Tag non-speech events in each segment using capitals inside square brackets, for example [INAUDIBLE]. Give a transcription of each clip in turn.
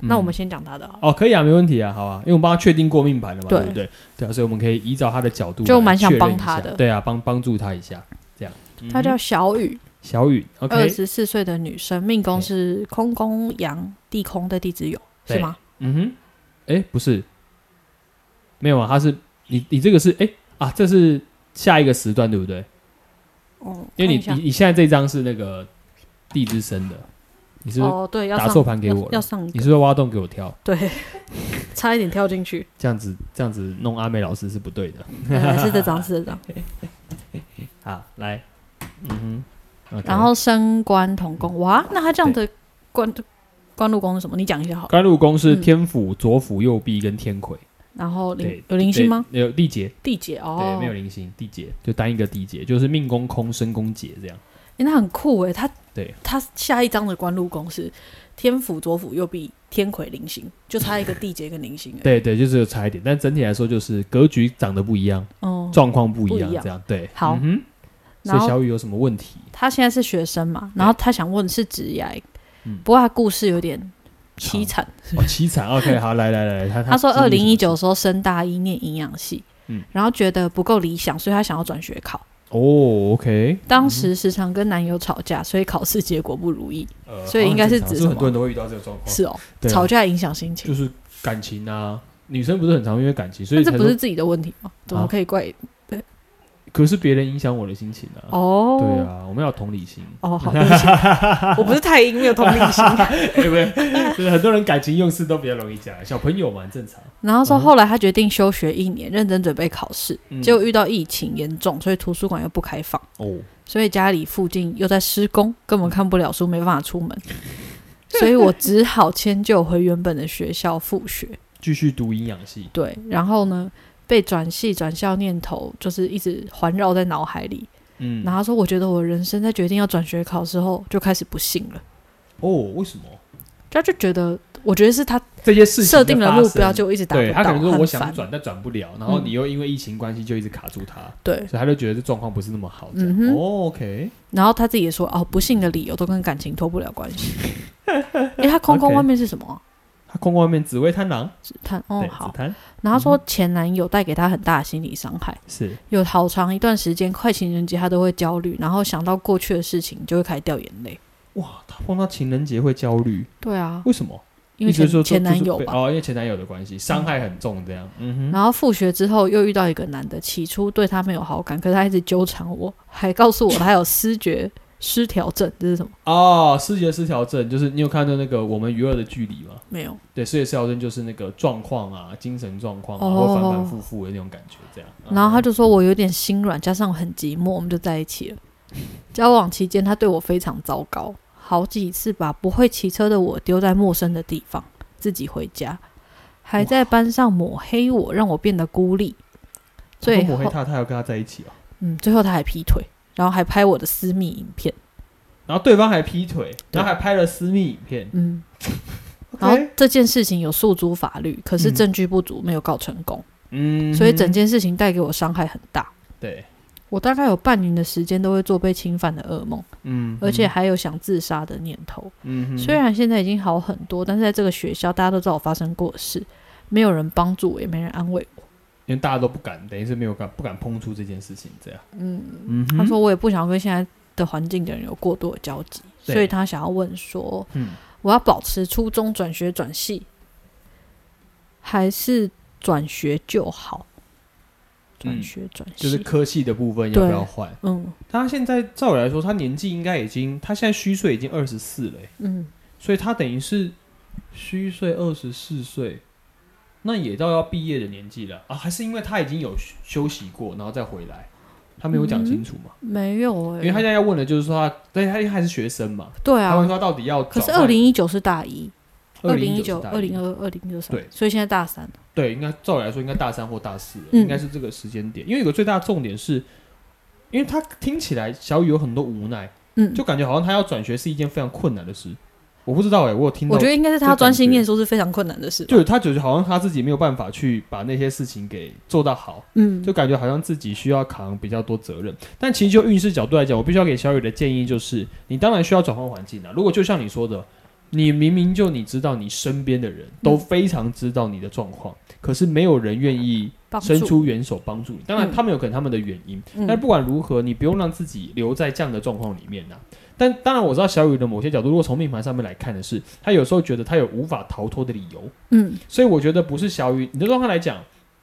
嗯那我们先讲他的好了，哦，可以啊，没问题啊，好啊，因为我们帮他确定过命盘了嘛，对对不对？对啊，所以我们可以依照他的角度，就蛮想帮他的对啊，帮帮助他一下，这样。她叫小雨，小雨二嗯，OK，十四岁的女生，命宫是空宫阳，地空的地支酉，对是吗？嗯哼，哎、不是，没有啊，他是你你这个是哎、啊，这是下一个时段对不对？哦，因看一为你下你你现在这张是那个地之生的，你是不是哦，对，要打上错盘给要我了要上一你个，是不是挖洞给我跳？对， [LAUGHS] 差一点跳进 [LAUGHS] 去，这样子这样子弄阿美老师是不对的哎是这张，是 [LAUGHS] 这张。好，来，嗯哼，OK 然后升官同宫，哇，那他这样的官官禄宫是什么？你讲一下好了。甘露宫是嗯天府、左辅、右弼跟天魁，然后灵对有灵性吗？对有地劫，地劫哦对，，没有灵性，地劫就单一个地劫，就是命宫空、身宫劫这样。诶那很酷哎，他对他下一张的官禄宫是天府、左辅、右弼、天魁、灵星，就差一个地劫跟灵星。，对对，就是有差一点，但整体来说就是格局长得不一样，哦，状况不一样不一，样这样对。好嗯哼、所然以后小雨有什么 [LAUGHS] 问题？他现在是学生嘛，然后他想问是职业嗯，不过他故事有点凄惨。哦，凄惨。OK，好，来来来，他他说，二经历零一什九么事时候升大一念营养系嗯，然后觉得不够理想，所以他想要转学考。哦，OK，当时时常跟男友吵架，所以考试结果不如意。呃所以应该是指是什很多么人都会遇到这个状况，是哦，对啊吵架影响心情，就是感情啊，女生不是很常因为感情，所那以这才不说啊是自己的问题吗？怎么可以怪？可是别人影响我的心情啊。哦，对，啊，我们要有同理心。哦，好，对不起 [LAUGHS] 我不是太阴，没有同理 [LAUGHS] 心。对不 [LAUGHS] 对？就是很多人感情用事都比较容易讲，小朋友嘛，很正常。然后说，嗯后来他决定休学一年，认真准备考试，嗯结果遇到疫情严重，所以图书馆又不开放，哦，所以家里附近又在施工，根嗯本看不了书，没办法出 [LAUGHS] 门，所以我只好迁就回原本的学校复学。继续读营养系，对，然后呢，被转系转校念头就是一直环绕在脑海里。嗯，然后他说，我觉得我人生在决定要转学考之后，就开始不信了。哦，为什么他就觉得，我觉得是他这些事情设定的了发目标生就一直达不对到，他可能说很我想烦转但转不了，然后你又因为疫情关系就一直卡住他，对，所以他就觉得这状况不是那么好。这样嗯哼哦，OK，然后他自己也说哦，不幸的理由都跟感情脱不了关 [LAUGHS] 系。哎，他空空 OK 外面是什么啊？他空外面紫薇贪狼，紫檀哦对，，紫好。檀然后他说前男友带给他很大的心理伤害，是有好长一段时间，快情人节他都会焦虑，然后想到过去的事情就会开始掉眼泪。哇，他碰到情人节会焦虑，对啊，为什么？因为你觉前得说前男友就是被吧。哦，因为前男友的关系，伤害很重，这样，嗯哼，然后复学之后又遇到一个男的，起初对他没有好感，可是他一直纠缠我，还告诉我他有思觉失调症，这是什么？哦，视觉失调症就是你有看到那个我们娱乐的距离吗？没有。对，所以失调症就是那个状况啊，精神状况啊，哦会反反复复的那种感觉，这样。嗯然后他就就说我有点心软，加上我很寂寞，我们就在一起了。交往期间，他对我非常糟糕，好几次把不会骑车的我丢在陌生的地方，自己回家，还在班上抹黑我，让我变得孤立。最抹黑后，他，他要跟他在一起哦，嗯，最后他还劈腿，然后还拍我的私密影片，然后对方还劈腿，然后还拍了私密影片。嗯。然后 OK，这件事情有诉诸法律，可是嗯证据不足，没有告成功，嗯所以整件事情带给我伤害很大。对，我大概有半年的时间都会做被侵犯的噩梦。嗯，而且还有想自杀的念头。嗯哼，虽然现在已经好很多，但是在这个学校，大家都知道我发生过的事，没有人帮助我，也没人安慰我。因为大家都不敢，等于是没有敢不敢碰触这件事情，这样。嗯，嗯他，说我也不想跟现在的环境的人有过多的交集，对所以他想要问说，嗯，我要保持初中转学转系，还是转学就好？转学转系、嗯就是科系的部分要不要换？嗯他现在照理来说，他年纪应该已经，他现在虚岁已经二十四了欸，嗯，所以他等于是虚岁二十四岁，那也到要毕业的年纪了啊？还是因为他已经有休休息过，然后再回来，他没有讲清楚嘛？没有哎、因为他现在要问的就是说他，对他因为还是学生嘛，对他问啊，说他到底要可是转换二零一九是大一，二零一2019九、是大一二零二、二零二三对，所以现在大三。对，应该照理来说应该大三或大四了，嗯应该是这个时间点。因为有个最大的重点是，因为他听起来小雨有很多无奈，嗯，就感觉好像他要转学是一件非常困难的事。我不知道哎、我有听到，我觉得应该是这他感专心觉念书是非常困难的事吧。就是他觉得好像他自己没有办法去把那些事情给做到好，嗯就感觉好像自己需要扛比较多责任。但其实就运势角度来讲，我必须要给小雨的建议就是，你当然需要转换环境啊。如果就像你说的，你明明就你知道你身边的人都非常知道你的状况，嗯可是没有人愿意帮伸助，出援手帮助你。当然，嗯他们有可能他们的原因，嗯但不管如何，你不用让自己留在这样的状况里面呐、但当然，我知道小雨的某些角度，如果从命盘上面来看的是，他有时候觉得他有无法逃脱的理由，嗯所以我觉得不是小雨你的状况来讲，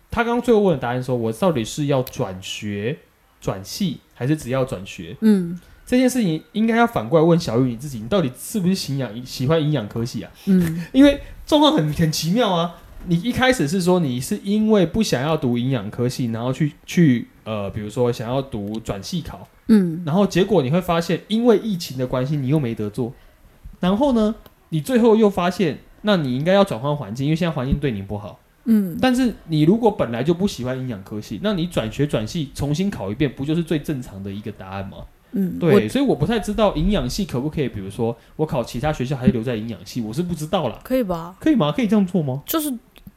他刚刚最后问的答案说，我到底是要转学、转系，还是只要转学？嗯这件事情应该要反过来问小雨你自己，你到底是不是喜养喜欢营养科系啊？嗯因为状况很很奇妙啊。你一开始是说你是因为不想要读营养科系，然后去去呃，比如说想要读转系考，嗯然后结果你会发现，因为疫情的关系，你又没得做。然后呢，你最后又发现，那你应该要转换环境，因为现在环境对你不好。嗯，但是你如果本来就不喜欢营养科系，那你转学转系重新考一遍，不就是最正常的一个答案吗？嗯，对，所以我不太知道营养系可不可以，比如说我考其他学校还是留在营养系，我是不知道啦我。可以吧？可以吗？可以这样做吗？就是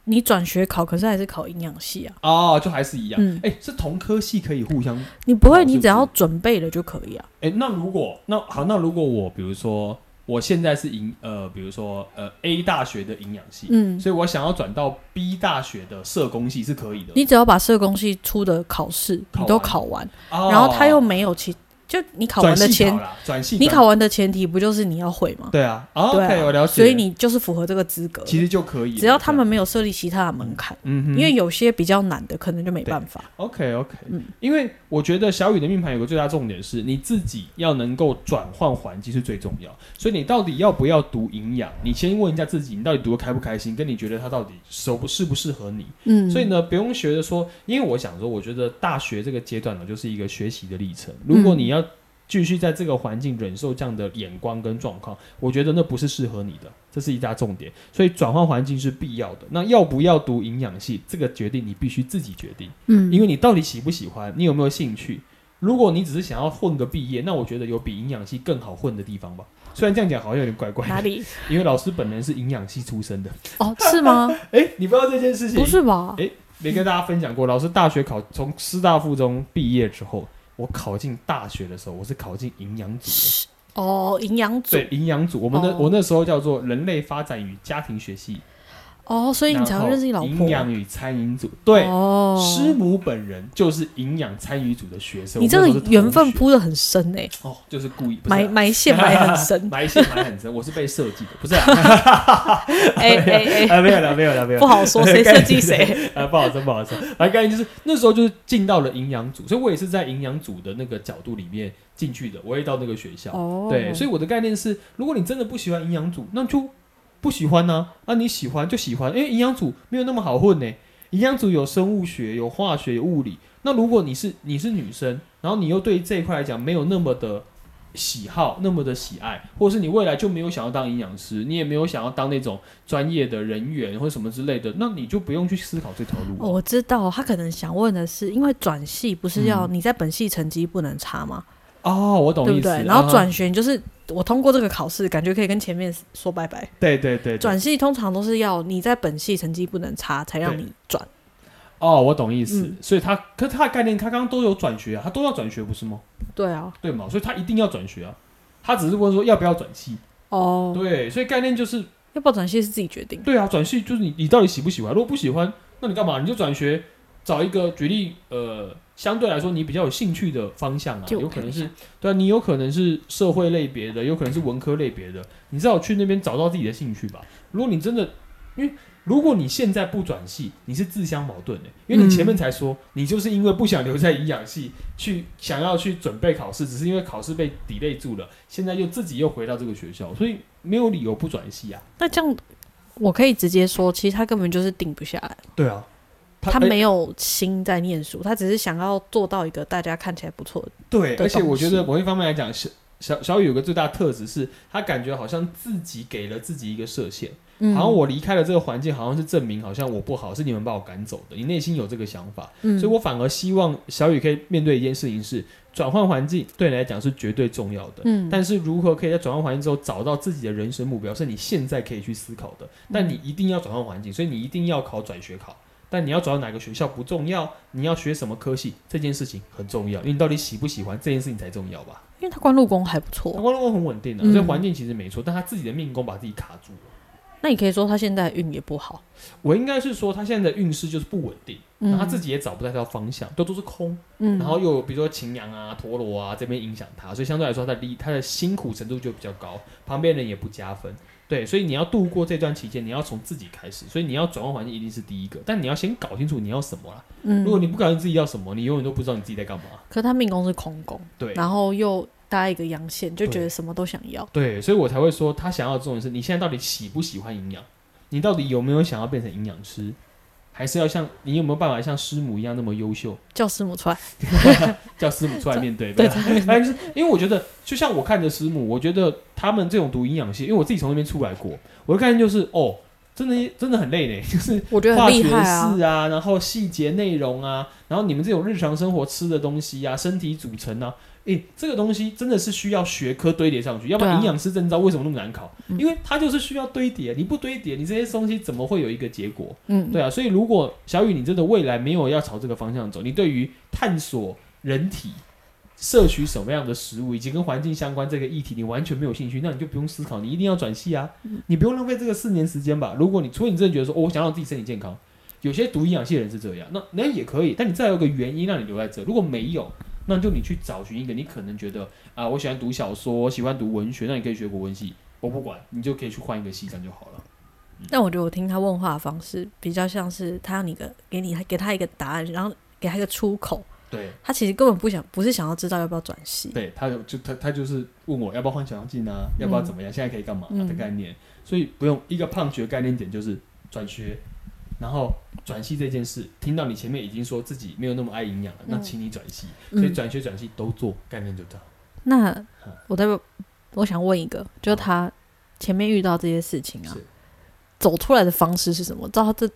你转学考，可是还是考营养系啊，哦，就还是一样。哎、嗯是同科系可以互相。你不哦会，你是只要是准备了就可以啊。哎、那如果那好，那如果我比如说我现在是营呃，比如说呃 A 大学的营养系，嗯，所以我想要转到 B 大学的社工系是可以的。你只要把社工系出的考试考你都完考完，哦然后他又没有其，就你考完的转系考前，啦，转系你转考完的前提不就是你要会吗？对啊、哦、对啊，OK，我了解。所以你就是符合这个资格。其实就可以了，只要他们没有设立其他的门槛，这样嗯哼，因为有些比较难的可能就没办法。 OK OK，、嗯因为我觉得小雨的命盘有个最大重点是，你自己要能够转换环境是最重要。所以你到底要不要读营养？你先问一下自己，你到底读的开不开心，跟你觉得它到底适不适不适合你。嗯，所以呢，不用学着说，因为我想说，我觉得大学这个阶段呢，就是一个学习的历程。如果你要继续在这个环境忍受这样的眼光跟状况，我觉得那不是适合你的，这是一大重点。所以转换环境是必要的。那要不要读营养系，这个决定你必须自己决定。嗯，因为为你到底喜不喜欢，你有没有兴趣？如果你只是想要混个毕业，那我觉得有比营养系更好混的地方吧。虽然这样讲好像有点怪 [LAUGHS] 怪哪的，里？因为老师本人是营养系出身的。 [LAUGHS] 哦，是吗？哎、你不知道这件事情？不是吧诶？没跟大家分享过，老师大学考从师大附中毕业之后，我考进大学的时候，我是考进营养组的。哦，营养组对，营养组，我们的、哦我那时候叫做人类发展与家庭学系，哦，所以你才然后会认识你老婆营。养与餐饮组，对，哦，师母本人就是营养参与组的学生，你这我个们都是同缘分学铺的很深哎，哦，就是故意不是啊埋埋线埋很深。 [LAUGHS] 埋线埋很深，我是被设计的，不是啊， [LAUGHS] 哎哎哎， [LAUGHS] 啊没有了没有了没有不了，好说谁设计 [LAUGHS] 谁。啊不好说不好说，反正概念就是那时候就是进到了营养组，所以我也是在营养组的那个角度里面进去的，我也到那个学校，哦，对，所以我的概念是，如果你真的不喜欢营养组，那就不喜欢呢、啊。你喜欢就喜欢，因为营养组没有那么好混呢、营养组有生物学、有化学、有物理。那如果你是你是女生，然后你又对这一块来讲没有那么的喜好、那么的喜爱，或者是你未来就没有想要当营养师，你也没有想要当那种专业的人员或什么之类的，那你就不用去思考这条路哦啊、我知道他可能想问的是，因为转系不是要你在本系成绩不能差吗？哦，我嗯懂对意不思。对？然后啊转学就是我通过这个考试，感觉可以跟前面说拜拜。对对对对转系通常都是要你在本系成绩不能差，才让对你转。哦，我懂意思。嗯所以他可他的概念，他刚刚都有转学啊，他都要转学不是吗？对啊，对嘛，所以他一定要转学啊。他只是问说要不要转系，哦，对，所以概念就是，要不要转系是自己决定。对啊，转系就是你你到底喜不喜欢？如果不喜欢，那你干嘛？你就转学，找一个举例，呃，相对来说你比较有兴趣的方向啊，就有可能看是对啊，你有可能是社会类别的，有可能是文科类别的，你至少去那边找到自己的兴趣吧。如果你真的，因为如果你现在不转系，你是自相矛盾的、因为你嗯前面才说、你就是因为不想留在营养系，去想要去准备考试，只是因为考试被 delay 住了，现在又自己又回到这个学校，所以没有理由不转系啊。那这样我可以直接说，其实他根本就是定不下来，对啊，他没有心在念书，他只是想要做到一个大家看起来不错的。对，的而且我觉东得西某一方面来讲，小小小雨有个最大的特质是，他感觉好像自己给了自己一个设限，嗯好像我离开了这个环境，好像是证明好像我不好，是你们把我赶走的。你内心有这个想法，嗯所以我反而希望小雨可以面对一件事情是，转换环境对你来讲是绝对重要的。嗯，但是如何可以在转换环境之后找到自己的人嗯生目标，是你现在可以去思考的。但你一定要转换环境，所以你一定要考转学考。但你要找哪个学校不重要，你要学什么科系这件事情很重要，因为你到底喜不喜欢这件事情才重要吧。因为他关路工还不他错，光路很稳定啊，嗯所以环境其实没错，但他自己的命宫把自己卡住了。那你可以说他现在运也不好，我应该是说他现在的运势就是不稳定，然嗯，后他自己也找不到他的方向，都都是空。嗯，然后又有比如说擎羊啊、陀螺啊这边影响他，所以相对来说他的力他的辛苦程度就比较高，旁边人也不加分。对，所以你要度过这段期间，你要从自己开始，所以你要转换环境一定是第一个，但你要先搞清楚你要什么啦。嗯如，果你不搞清楚自己要什么，你永远都不知道你自己在干嘛。可他命宫是空宫，对。然后又搭一个阳线，就对觉得什么都想要，对，所以我才会说，他想要的重点是你现在到底喜不喜欢营养，你到底有没有想要变成营养师，还是要像你有没有办法像师母一样那么优秀， [LAUGHS] 叫师母出来，叫师母出 [LAUGHS] 来面对？对，吧但哎是因为我觉得，就像我看着师母，我觉得他们这种读营养系，因为我自己从那边出来过，我的概念就是哦，真的真的很累呢， [LAUGHS] 就是我觉得化很厉学害啊式，啊，然后细节内容啊，然后你们这种日常生活吃的东西啊，身体组成啊，诶、这个东西真的是需要学科堆叠上去，要不然对啊营养师证照为什么那么难考？嗯因为它就是需要堆叠，你不堆叠，你这些东西怎么会有一个结果？嗯，对啊，所以如果小雨你真的未来没有要朝这个方向走，你对于探索人体。摄取什么样的食物，以及跟环境相关这个议题，你完全没有兴趣，那你就不用思考，你一定要转系啊！你不用浪费这个四年时间吧？如果你除非你真的觉得说，哦，我想让自己身体健康，有些读营养系的人是这样，那那也可以，但你再有一个原因让你留在这，如果没有，那就你去找寻一个你可能觉得啊、我喜欢读小说，我喜欢读文学，那你可以学国文系，我不管，你就可以去换一个系，这样就好了。但我觉得我听他问话的方式比较像是他让你个给你给他一个答案，然后给他一个出口，对，他其实根本不想不是想要知道要不要转系，对他有就他他就是问我要不要换小阳镜啊，要不要怎么样，现在可以干嘛、嗯的概念，所以不用一个胖学概念点就是转学，然后转系这件事，听到你前面已经说自己没有那么爱营养了，那嗯请你转系，嗯所以嗯转学转系都做，概念就这样。那我在我想问一个，就是他前面遇到这些事情啊是，走出来的方式是什么？知道他这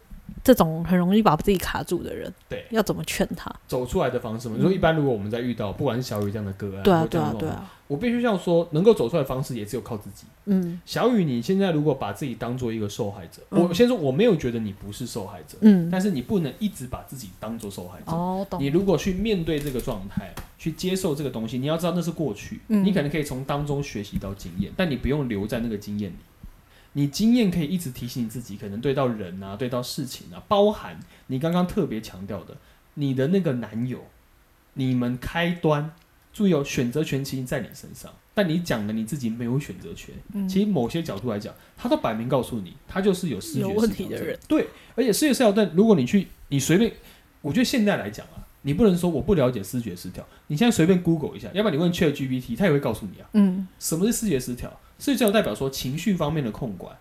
这种很容易把自己卡住的人，对，要怎么劝他？走出来的方式嘛，你说一般如果我们在遇到不管是小雨这样的个案，对啊或，这对样啊的，对状况，啊，我必须这样说，能够走出来的方式也只有靠自己。嗯小雨，你现在如果把自己当做一个受害者，嗯我先说我没有觉得你不是受害者，嗯，但是你不能一直把自己当做受害者。哦，懂你，如果去面对这个状态，去接受这个东西，你要知道那是过去，嗯你可能可以从当中学习到经验，但你不用留在那个经验里。你经验可以一直提醒你自己，可能对到人啊，对到事情啊，包含你刚刚特别强调的，你的那个男友，你们开端，注意哦，选择权其实在你身上，但你讲的你自己没有选择权。嗯其实某些角度来讲，他都摆明告诉你，他就是有视觉有失问调题的症人。对，而且视觉失调症，如果你去你随便，我觉得现在来讲啊，你不能说我不了解视觉失调，你现在随便 Google 一下，要不然你问 Chat GPT，他也会告诉你啊，嗯什么是视觉失调？视觉失调代表说情绪方面的控管，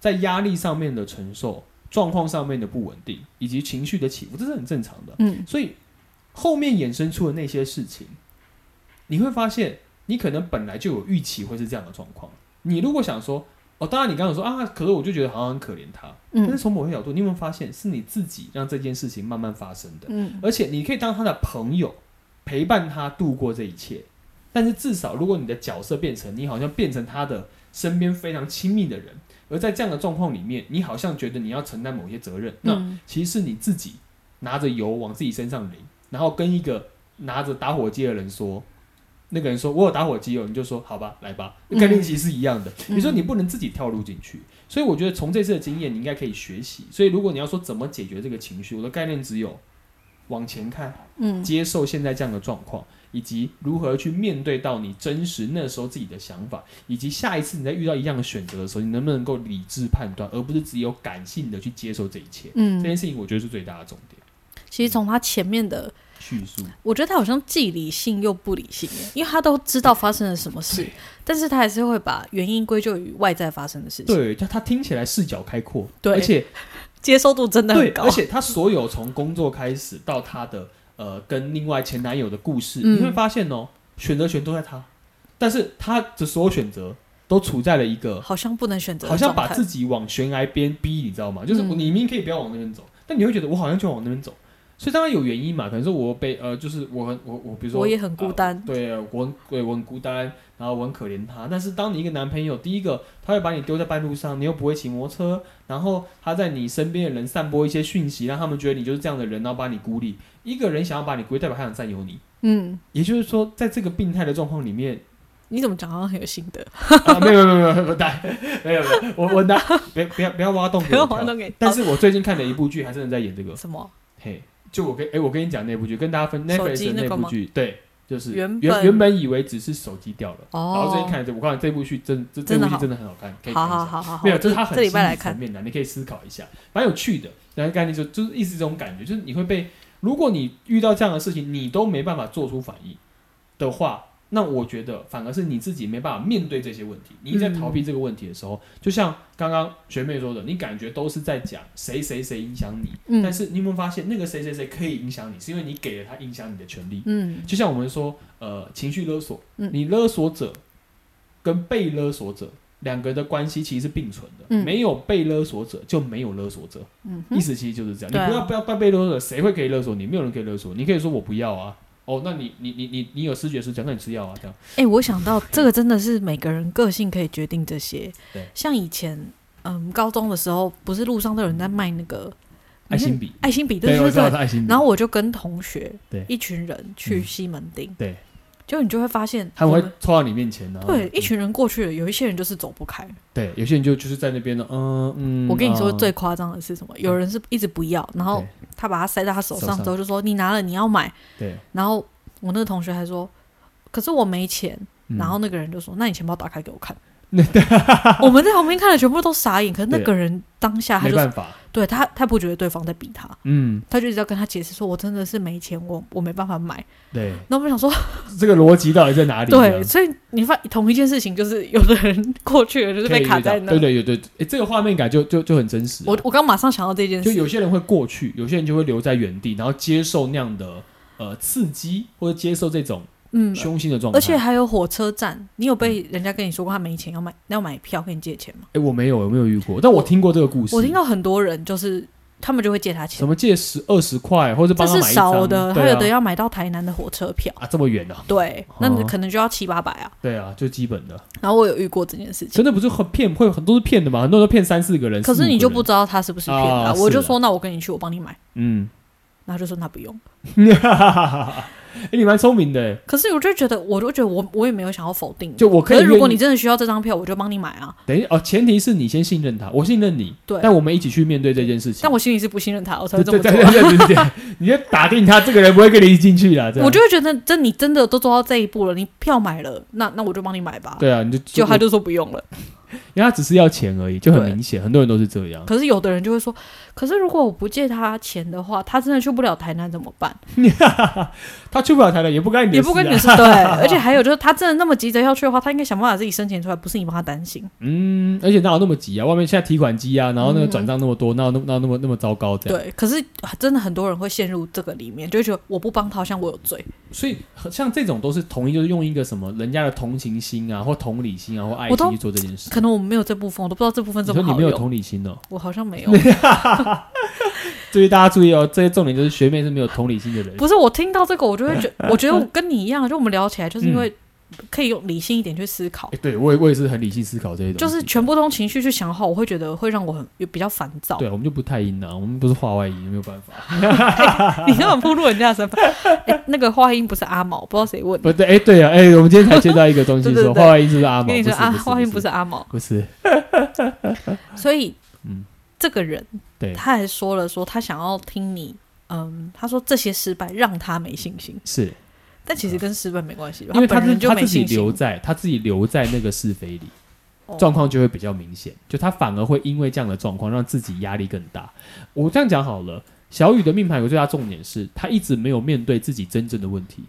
在压力上面的承受，状况上面的不稳定，以及情绪的起伏，这是很正常的。嗯所以后面衍生出的那些事情，你会发现你可能本来就有预期会是这样的状况。你如果想说，哦，当然你刚刚有说啊，可是我就觉得好像很可怜他，但是嗯从某些角度，你有没有发现是你自己让这件事情慢慢发生的？嗯，而且你可以当他的朋友，陪伴他度过这一切。但是至少，如果你的角色变成你好像变成他的身边非常亲密的人，而在这样的状况里面，你好像觉得你要承担某些责任，那嗯其实是你自己拿着油往自己身上淋，然后跟一个拿着打火机的人说，那个人说我有打火机哦，你就说好吧，来吧，嗯概念其实是一样的。嗯你说你不能自己跳入进去，所以我觉得从这次的经验，你应该可以学习。所以如果你要说怎么解决这个情绪，我的概念只有往前看，嗯接受现在这样的状况，以及如何去面对到你真实那时候自己的想法，以及下一次你在遇到一样的选择的时候，你能不能够理智判断，而不是只有感性的去接受这一切。这嗯，件事情我觉得是最大的重点。其实从他前面的叙述我觉得他好像既理性又不理性耶，因为他都知道发生了什么事，但是他还是会把原因归咎于外在发生的事情，对，就他听起来视角开阔，对而且接受度真的对，很高而。且他所有从工作开始到他的呃跟另外前男友的故事，嗯你会发现哦，选择权都在他，但是他的所有选择都处在了一个好像不能选择呃好的像状态，把自己往悬崖边逼，你知道吗？就是嗯你明明可以不要往那边走，但你会觉得我好像就往那边走，所以当然有原因嘛，可能是我被呃，就是我很我我比如说我也很孤单啊对，我很对我很孤单，然后我很可怜他。但是当你一个男朋友，第一个他会把你丢在半路上，你又不会骑摩托车，然后他在你身边的人散播一些讯息，让他们觉得你就是这样的人，然后把你孤立。一个人想要把你孤立，代表他想占有你。嗯，也就是说，在这个病态的状况里面，你怎么讲好像很有心得？啊，没有没有没有没有，不带，没有没有，我我拿，别不要不要挖洞不给要 [LAUGHS] 我往跳。东给但是我最近看了一部剧，还真的在演这个哦，什么？嘿，就我跟哎、我跟你讲那部剧，跟大家分手机 Netflix 的那个那部吗剧，对，就是原原本原本以为只是手机掉了，然后最近哦，看了这，我看了这部剧真这真这部的剧好真的很好看，可以好看一下好好好好，没有，就是他很这礼拜心理来看层，面的，你可以思考一下，蛮有趣的。然后概念就就是意思这种感觉，就是你会被，如果你遇到这样的事情，你都没办法做出反应的话，那我觉得反而是你自己没办法面对这些问题。你一直在逃避这个问题的时候，嗯就像刚刚学妹说的，你感觉都是在讲谁谁谁影响你，嗯但是你有没有发现那个谁谁谁可以影响你，是因为你给了他影响你的权利。嗯就像我们说，呃，情绪勒索，嗯你勒索者跟被勒索者两个人的关系其实是并存的，嗯没有被勒索者就没有勒索者，嗯意哼，思其实就是这样。对啊你不要不要不要被勒索者，谁会可以勒索你？没有人可以勒索，你可以说我不要啊。哦，那你你你你你有视觉失调，那你吃药啊，这样。哎，我想到这个真的是每个人个性可以决定这些对，像以前嗯高中的时候，不是路上都有人在卖那个嗯爱心笔，爱心笔，对我对知道对是，爱心笔。然后我就跟同学嗯对嗯一群人去西门町，对，就你就会发现他们我会们凑到你面前，然后对嗯一群人过去了，有一些人就是走不开。对，有些人就就是在那边的，嗯嗯。我跟你说嗯最夸张的是什么？有人是一直不要，然后对他把它塞到他手手上上之后就说你拿了你要买，对，然后我那个同学还说。可是我没钱，嗯然后那个人就说：“那你钱包打开给我 [LAUGHS] 看。” [LAUGHS] 我们在旁边看了，全部都傻眼。可是那个人当下他没就办法，对他，他不觉得对方在逼他，嗯，他就一直要跟他解释说：“我真的是没钱，我我没办法买。对，”那我们想说，这个逻辑到底在哪里？啊这样对，所以你发同一件事情，就是有的人过去了，就是可以被卡遇到在那对。对对对，哎、这个画面感就就就很真实啊、我我刚马上想到这件就事，有些人会过去，有些人就会留在原地，然后接受那样的呃刺激，或者接受这种嗯，凶啊心的状态。而且，还有火车站，你有被人家跟你说过他没钱要买要买票跟你借钱吗？哎、我没有，我没有遇过，但我听过这个故事。我听到很多人就是他们就会借他钱什，么借十二十块，或这者帮他是买一张少的，对他啊、有的要买到台南的火车票，啊，这么远啊，对，那哦可能就要七八百啊。对啊，就基本的，然后我有遇过这件事情，真的不是很骗，会很多是骗的嘛，很多都骗三四个人。可四是五你就个不人知道他是不是骗的啊啊，我就是啊说那我跟你去，我帮你买，嗯， [LAUGHS] 然后就说那不用。哎、你蛮聪明的、可是我就觉得，我就觉得我我也没有想要否定，就我可可以是愿意。如果你真的需要这张票，我就帮你买啊。等于哦，前提是你先信任他，我信任你，对但我们一起去面对这件事情。但我心里是不信任他，我才对会这么对做啊对。对对对，你就打定他这个人不会跟你一起进去啦。这样我就会觉得，这你真的都做到这一步了，你票买了，那那我就帮你买吧。对啊，你就嗯就他就说不用了。因为他只是要钱而已，就很对明显，很多人都是这样。可是有的人就会说，可是如果我不借他钱的话，他真的去不了台南怎么办？他去不了台南，也不干你的也事、啊，不跟你 [LAUGHS] 说对，而且还有就是，他真的那么急着要去的话，他应该想办法自己申请出来，不是你帮他担心。嗯，而且哪有那么急啊？外面现在提款机啊，然后那个转账那么多，哪有那么哪有那么那么糟糕这样？嗯对，可是真的很多人会陷入这个里面，就会觉得我不帮他，好像我有罪。所以像这种都是同意，就是用一个什么人家的同情心啊，或同理心啊，或爱我都心去做这件事。可能我没有这部分，我都不知道这部分你这说么你好没有用。同理心哦，我好像没 [LAUGHS] 有，注意大家注意哦，这些重点就是学妹是没有同理心的人。不是我听到这个，我就会 [LAUGHS] 觉，我觉得我跟你一样，就我们聊起来，就是因为可以用理性一点去思考。哎、对我也我也是嗯很理性思考这些东西，就是全部都用情绪去想的话，我会觉得会让我很有比较烦躁。对，我们就不太阴啊，我们不是话外音，没有办法。 [LAUGHS] 你根本暴露人家的身份。 [LAUGHS] 哎那个话音不是阿毛，不知道谁问的。不对，哎、对啊，哎、我们今天才接到一 [LAUGHS] 个东西对对说对话外音是不是阿毛？跟你说不是啊，不是话音不是是阿毛，不是，所以嗯，这个人对，他还说了说他想要听你，嗯，他说这些失败让他没信心，是但其实跟失败没关系吧，啊因为他他本自人就他没自己信留心。在他自己留在那个是非里，哦状况就会比较明显，就他反而会因为这样的状况让自己压力更大。我这样讲好了，小雨的命盘有个最大重点是，他一直没有面对自己真正的问题，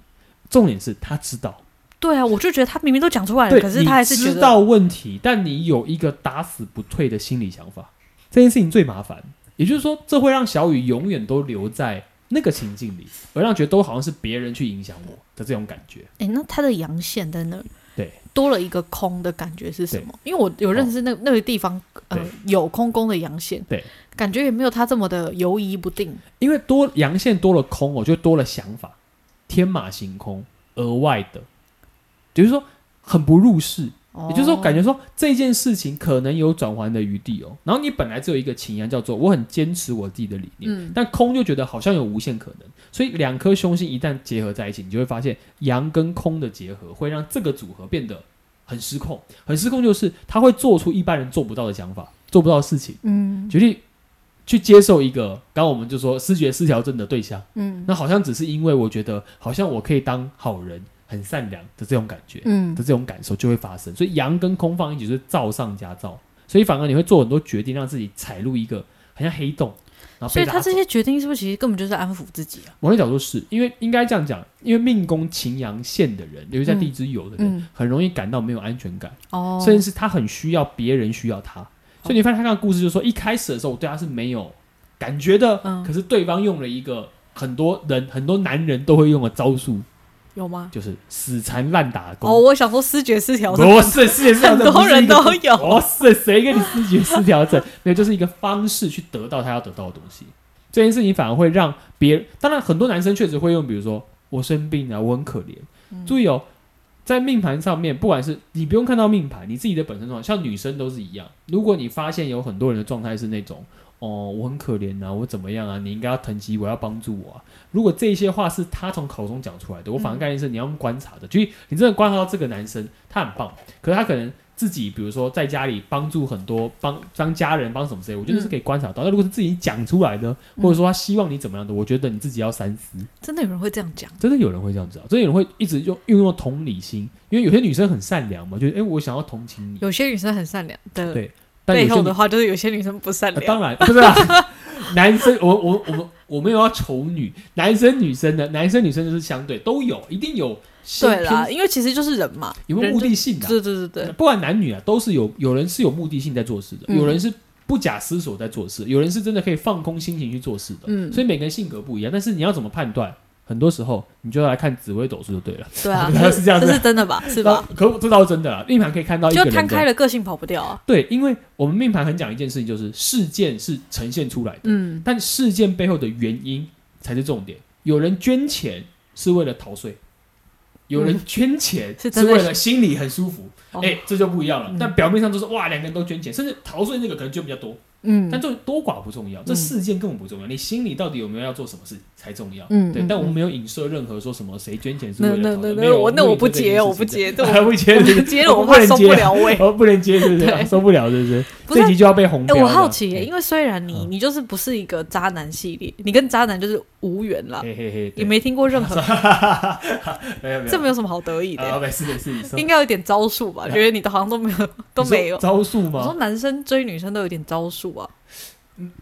重点是他知道。对啊，我就觉得他明明都讲出来了，对，可是你他还是觉知得道问题，但你有一个打死不退的心理想法，这件事情最麻烦。也就是说，这会让小雨永远都留在那个情境里，而让觉得都好像是别人去影响我的这种感觉。哎、那他的阳线在那里，对，多了一个空的感觉是什么？因为我有认识那、那个地方，呃对，有空宫的阳线，对，感觉也没有它这么的游移不定。因为多阳线多了空，我就多了想法，天马行空，额外的，就是说很不入世，哦、也就是说感觉说这件事情可能有转圜的余地哦。然后你本来只有一个情阳，叫做我很坚持我自己的理念，嗯但空就觉得好像有无限可能，所以两颗凶星一旦结合在一起，你就会发现阳跟空的结合会让这个组合变得很失控，很失控就是他会做出一般人做不到的想法，做不到的事情。嗯举例去接受一个，刚刚我们就说视觉失调症的对象，嗯那好像只是因为我觉得好像我可以当好人、很善良的这种感觉的嗯这种感受就会发生，所以阳跟空放一起就是燥上加燥，所以反而你会做很多决定，让自己踩入一个很像黑洞，然后所被以拉他走这些决定是不是其实根本就是安抚自己啊？某种角度是因为应该这样讲，因为命宫擎阳线的人，尤其在地支酉的人，嗯嗯很容易感到没有安全感，哦，甚至是他很需要别人需要他。所以你发现他那个故事，就是说一开始的时候我对他是没有感觉的，嗯可是对方用了一个很多人很多男人都会用的招数，有吗？就是死缠烂打哦，工。我想说视觉失调症，不是世界 [LAUGHS] 上很多人都有不哦是谁跟你视觉失调症？没有，就是一个方式去得到他要得到的东西。这件事情反而会让别人，当然很多男生确实会用，比如说我生病了、我很可怜。嗯注意哦，在命盘上面，不管是你不用看到命盘，你自己的本身状态，像女生都是一样。如果你发现有很多人的状态是那种，哦，我很可怜啊，我怎么样啊，你应该要疼惜我，要帮助我啊。如果这些话是他从口中讲出来的，我反而概念是你要用观察的，就是你真的观察到这个男生他很棒，可是他可能自己比如说在家里帮助很多帮帮家人帮什么之类，我觉得是可以观察到。那、如果是自己讲出来的，嗯或者说他希望你怎么样的，我觉得你自己要三思。真的有人会这样讲？真的有人会这样子啊，真的有人会一直用运用同理心，因为有些女生很善良嘛，就是哎、诶我想要同情你，有些女生很善良的，对但有背些后女的、话就是有些女生不善呃良。当然不是啊，男生我我我们我没有要丑女，男生女生的男生女生就是相对都有，一定有先对啦，偏因为其实就是人嘛，有没有人目就的性的啊、对对对对，不管男女啊，都是有有人是有目的性在做事的，嗯有人是不假思索在做事，有人是真的可以放空心情去做事的。嗯所以每个人性格不一样，但是你要怎么判断？很多时候你就要来看紫微斗数就对了，，对啊 [LAUGHS] 是这样子这是真的吧？是吧？那可这倒是真的啦，命盘可以看到一个就人的摊开了个性跑不掉啊。对，因为我们命盘很讲一件事情，就是事件是呈现出来的，嗯但事件背后的原因才是重点。有人捐钱是为了逃税，有人捐钱 [LAUGHS] 是是真的为了心里很舒服，哎、哦这就不一样了。嗯但表面上都是哇，两个人都捐钱，甚至逃税那个可能捐比较多， [LAUGHS] 但嗯就多寡不重要，这事件根本不重要，你心里到底有没有要做什么事才重要。嗯，对嗯，但我们嗯没有影射任何说什么谁捐钱是为那了那逃那税，没那有我那我不没有这件接，我不事情接，对， [LAUGHS] 不接，我接了我不怕能受接 [LAUGHS] [LAUGHS] 不了位。哦，不能接是不是？对啊受不了是不是？不是这集就要被红哎，标了。我好奇耶，因为虽然你嗯你就是不是一个渣男系列，你跟渣男就是无缘啦，嘿嘿嘿，对也没听过任 [LAUGHS] 何，没有没有，这没有什么好得意啊，的，没事没事，你说应该有点招数吧？觉得你的好像都没有都你说没有。招数我说吗？男生追女生都有点招数啊，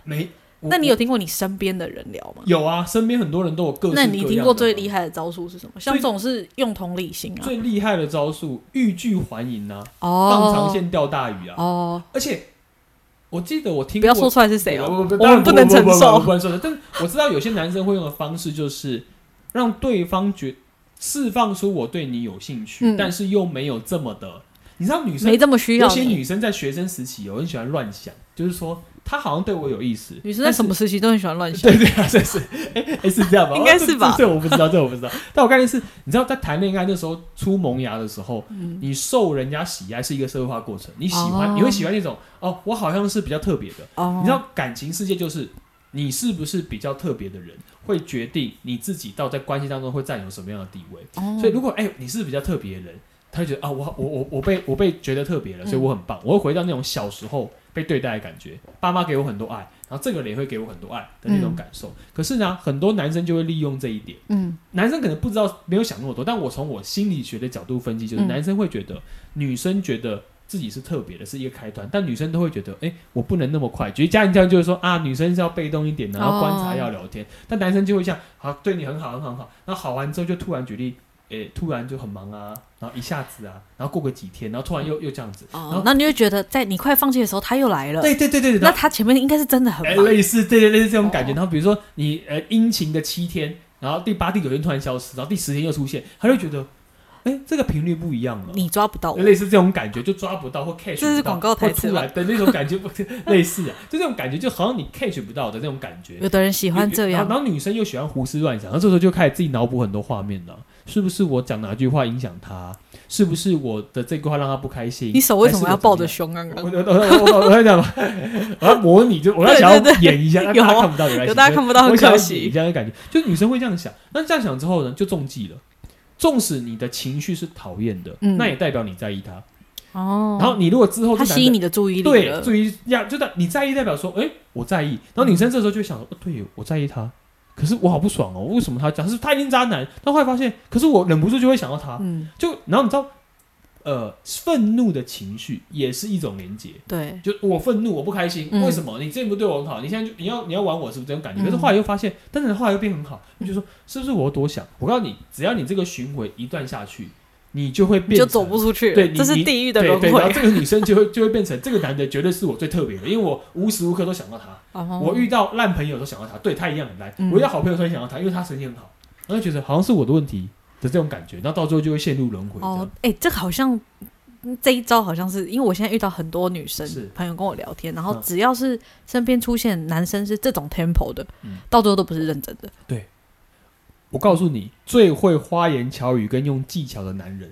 没，我那你有我听过你身边的人聊吗？有啊？身边很多人都有各式各那样的你听过最厉害害的招数是什么？像最这种是用同理心啊，最厉害的招数，欲拒还迎啊，放长哦线钓大鱼啊，哦，而且我记得我听不要过说出来是谁哦，我我们不能承受不能承受。但我知道有些男生会用的方式就是让对方觉释放出我对你有兴趣，嗯但是又没有这么的。你知道女生没这么需有要些你。女生在学生时期有很喜欢乱想，就是说她好像对我有意思。女生在什么时期都很喜欢乱但想，是？[LAUGHS] 对对啊，这是哎哎、是这样吧？ [LAUGHS] 应该是吧哦这这这我不知道，这我不知道。但我概念是，你知道在谈恋爱那时候出萌芽的时候，嗯你受人家喜爱是一个社会化过程，你喜欢、哦你会喜欢那种哦，我好像是比较特别的，哦，你知道感情世界就是你是不是比较特别的人，会决定你自己到在关系当中会占有什么样的地位。哦，所以如果哎、你是比较特别的人，他会觉得啊我我我我被我被觉得特别了，嗯所以我很棒。我会回到那种小时候被对待的感觉，爸妈给我很多爱，然后这个人也会给我很多爱的那种嗯感受。可是呢，很多男生就会利用这一点。嗯男生可能不知道，没有想那么多，但我从我心理学的角度分析，就是嗯男生会觉得女生觉得自己是特别的，是一个开端，但女生都会觉得，哎、我不能那么快。其实家庭教育就是说啊，女生是要被动一点，然后观察哦要聊天，但男生就会像啊，对你很好，很好，很好，那好完之后就突然举例，哎、突然就很忙啊，然后一下子啊，然后过个几天，然后突然又又这样子，然哦后，那你会觉得在你快放弃的时候他又来了，对对对对，然那后他前面应该是真的很哎、忙，类似对对类似这种感觉。哦然后比如说你呃殷勤的七天，然后第八、第九天突然消失，然后第十天又出现，他就觉得哎、这个频率不一样了。你抓不到我。类似这种感觉就抓不到或 catch 这是不到广告台或词突吧然的那种感觉不 [LAUGHS] 是类似啊，就这种感觉就好像你 catch 不到的那种感觉。有的人喜欢这然后样，然后女生又喜欢胡思乱想，然后这时候就开始自己脑补很多画面了。是不是我讲哪句话影响她？是不是我的这句话让她不开心？你手为什么要抱着还是胸啊？ [LAUGHS] 我怎么样？我我我我在讲嘛，我要模拟，就我要对想要对对演一下，但有啊大家看不到，有来有大家看不到很我想可要惜演这样的感觉，就女生会这样想。那这样想之后呢，就中计了。纵使你的情绪是讨厌的，嗯那也代表你在意他。哦，然后你如果之后他这吸男的引你的注意力对，了，注意呀，就代你在意代表说，哎、我在意。然后女生这时候就会想说，哦对我在意他，可是我好不爽哦，为什么他讲是他已经渣男？但后来发现，可是我忍不住就会想到他，嗯，就然后你知道，呃，愤怒的情绪也是一种连结。对，就我愤怒，我不开心，嗯为什么？你之前不对我很好，你现在就你要你要玩我，是不是这种感觉？嗯可是后来又发现，但是后来又变很好，你就说是不是我多想？我告诉你，只要你这个循环一段下去，你就会你变就成走不出去，对了，你这是你地狱的对轮对，然后回。这个女生就会 [LAUGHS] 就会变成这个男的绝对是我最特别的，因为我无时无刻都想到他。哦我遇到烂朋友都想到他，对他一样很烂；嗯我遇到好朋友都很想到他，因为他神经很好，然后就觉得好像是我的问题的这种感觉，然后到最后就会陷入轮回。哦，哎、这个好像嗯这一招好像是因为我现在遇到很多女生是朋友跟我聊天，然后嗯只要是身边出现男生是这种 tempo 的，嗯到最后都不是认真的。我告诉你，最会花言巧语跟用技巧的男人，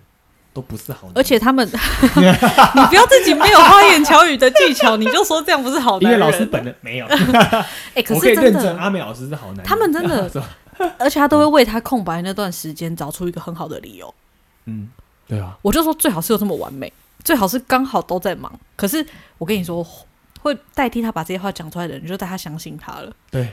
都不是好男人。而且 [LAUGHS] 他们，你不要自己没有花言巧语的技巧，你就说这样不是好因男为人。老师本人没有，哎、可我可以是真认证的，阿美老师是好男人。他们真的 [LAUGHS] 是吧，而且他都会为他空白那段时间找出一个很好的理由。嗯，对啊，我就说最好是有这么完美，最好是刚好都在忙。可是我跟你说，会代替他把这些话讲出来的人，就带他相信他了。对，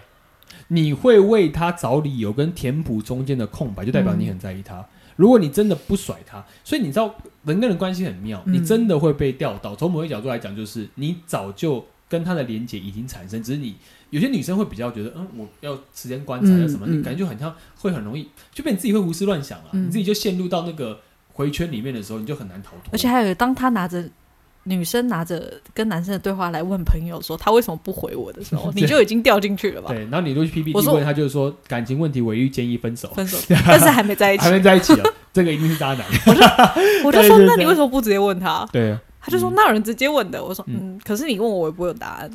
你会为他找理由跟填补中间的空白，就代表你很在意嗯他。如果你真的不甩他，所以你知道人跟人关系很妙，嗯你真的会被钓到。从某一角度来讲，就是你早就跟他的连接已经产生，只是你有些女生会比较觉得，嗯，我要时间观察嗯要什么，嗯你感觉就很像会很容易，就被你自己会胡思乱想了、嗯你自己就陷入到那个回圈里面的时候，你就很难逃脱。而且还有，当他拿着女生拿着跟男生的对话来问朋友说他为什么不回我的时 [LAUGHS] 候，对你就已经掉进去了吧？对，然后你就去 PPT 我说问他，就是说感情问题，我一律建议分手， [LAUGHS] 分手，但是还没在一起还。没在一起 [LAUGHS] 了，这个一定是渣男。我就对说对，对那你为什么不直接问他？对啊。他就说嗯那有人直接问的。我说嗯嗯，可是你问我，我也不会有答 [LAUGHS] 案。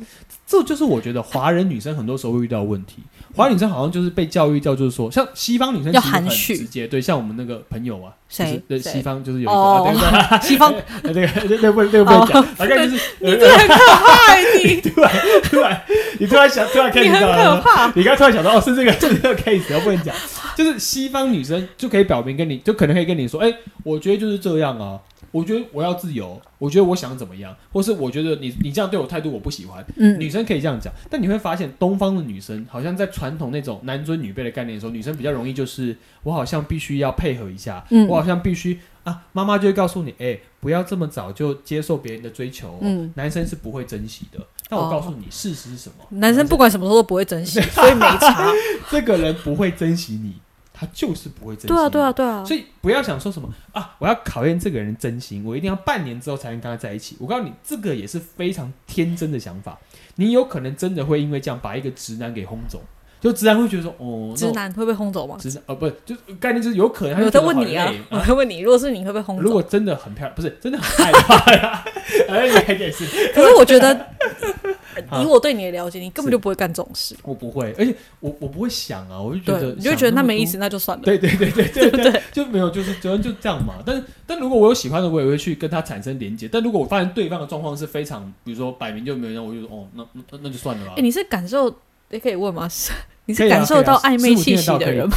这就是我觉得华人女生很多时候会遇到的问题。华人女生好像就是被教育到，就是说，像西方女生要其实很含蓄直接，对，像我们那个朋友啊，就是谁对谁西方就是有一个哦啊，西方，对 [LAUGHS] 对对，那个那个不那个不能讲，大概就是你这很可怕，欸 [LAUGHS] 你突然突然你突然想突然看你很到可了。怕。你刚突然想到，哦，是这个， [LAUGHS] 是这个 case，我不能讲，就是西方女生就可以表明跟你，就可能可以跟你说，哎、我觉得就是这样啊，我觉得我要自由，我觉得我想怎么样，或是我觉得你你这样对我态度我不喜欢，嗯女生可以这样讲，但你会发现东方的女生好像在传统那种男尊女卑的概念的时候，女生比较容易就是我好像必须要配合一下，嗯我好像必须啊，妈妈就会告诉你，哎、不要这么早就接受别人的追求哦、嗯，哦男生是不会珍惜的。但我告诉你，事实是什么？男生不管什么时候都不会珍惜，所以没 [LAUGHS] 差。这个人不会珍惜你，他就是不会珍惜。对啊，对啊，。对啊。所以不要想说什么啊！我要考验这个人真心，我一定要半年之后才能跟他在一起。我告诉你，这个也是非常天真的想法。你有可能真的会因为这样把一个直男给轰走，就直男会觉得说，哦，那直我男会被轰走吗？直男，呃，不，就是概念就是有可能他我就在觉得问好你啊累，我在问你，如果是你会被轰如走？果真的很漂亮，不是真的很爱的话， [LAUGHS] 哎，你还可以是，可是我觉得， [LAUGHS] 啊以我对你的了解，你根本是就不会干这种事。我不会，而且我我不会想啊，我就觉对得，你就会觉得想那么没意多思，那就算了。对对对对对对不对，就没有就是主要就这样嘛。但是但如果我有喜欢的，我也会去跟他产生连接。但如果我发现对方的状况是非常，比如说摆明就没有人，我就说哦，那那那就算了吧哎、。你是感受，也可以问吗？ [LAUGHS] 是你可是以啊感受到暧昧气息的人吗？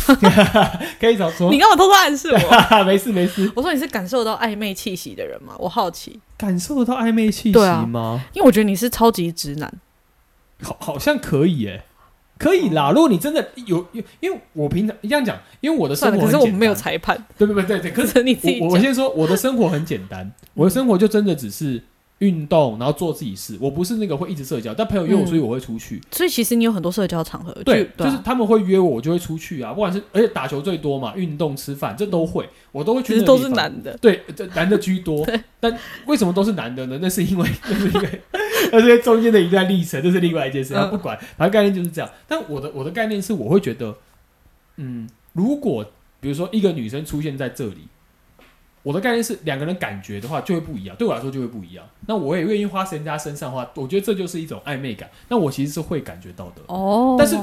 可以找啊说你，干嘛偷偷暗示我？没事没事，我说你是感受到暧昧气息的人吗？我好奇，感受得到暧昧气息对啊吗？因为我觉得你是超级直男。好，好像可以耶。可以哦啦，如果你真的有有，因为我平常这样讲，因为我的生算活了，可很是我简们没有单裁判，对对对对对，可可是是你自己我我讲。先说，我的生活很简 [LAUGHS] 单，我的生活就真的只是运动，然后做自己事。我不是那个会一直社交，但朋友约我嗯出去，我会出去。所以其实你有很多社交场合，对就，就啊是他们会约我，我就会出去啊。不管是而且打球最多嘛，运动、吃饭这都会，我都会去。其实都是。男的。对，这男的居多，但为什么都是男的呢？那是因为， [LAUGHS] 那是因为，那是因为中间的一段历程，这是另外一件事。啊，嗯不管，反正概念就是这样。但我的我的概念是，我会觉得，嗯，如果比如说一个女生出现在这里，我的概念是两个人感觉的话就会不一样，对我来说就会不一样。那我也愿意花时间在他身上的话，我觉得这就是一种暧昧感。那我其实是会感觉到的。哦，但是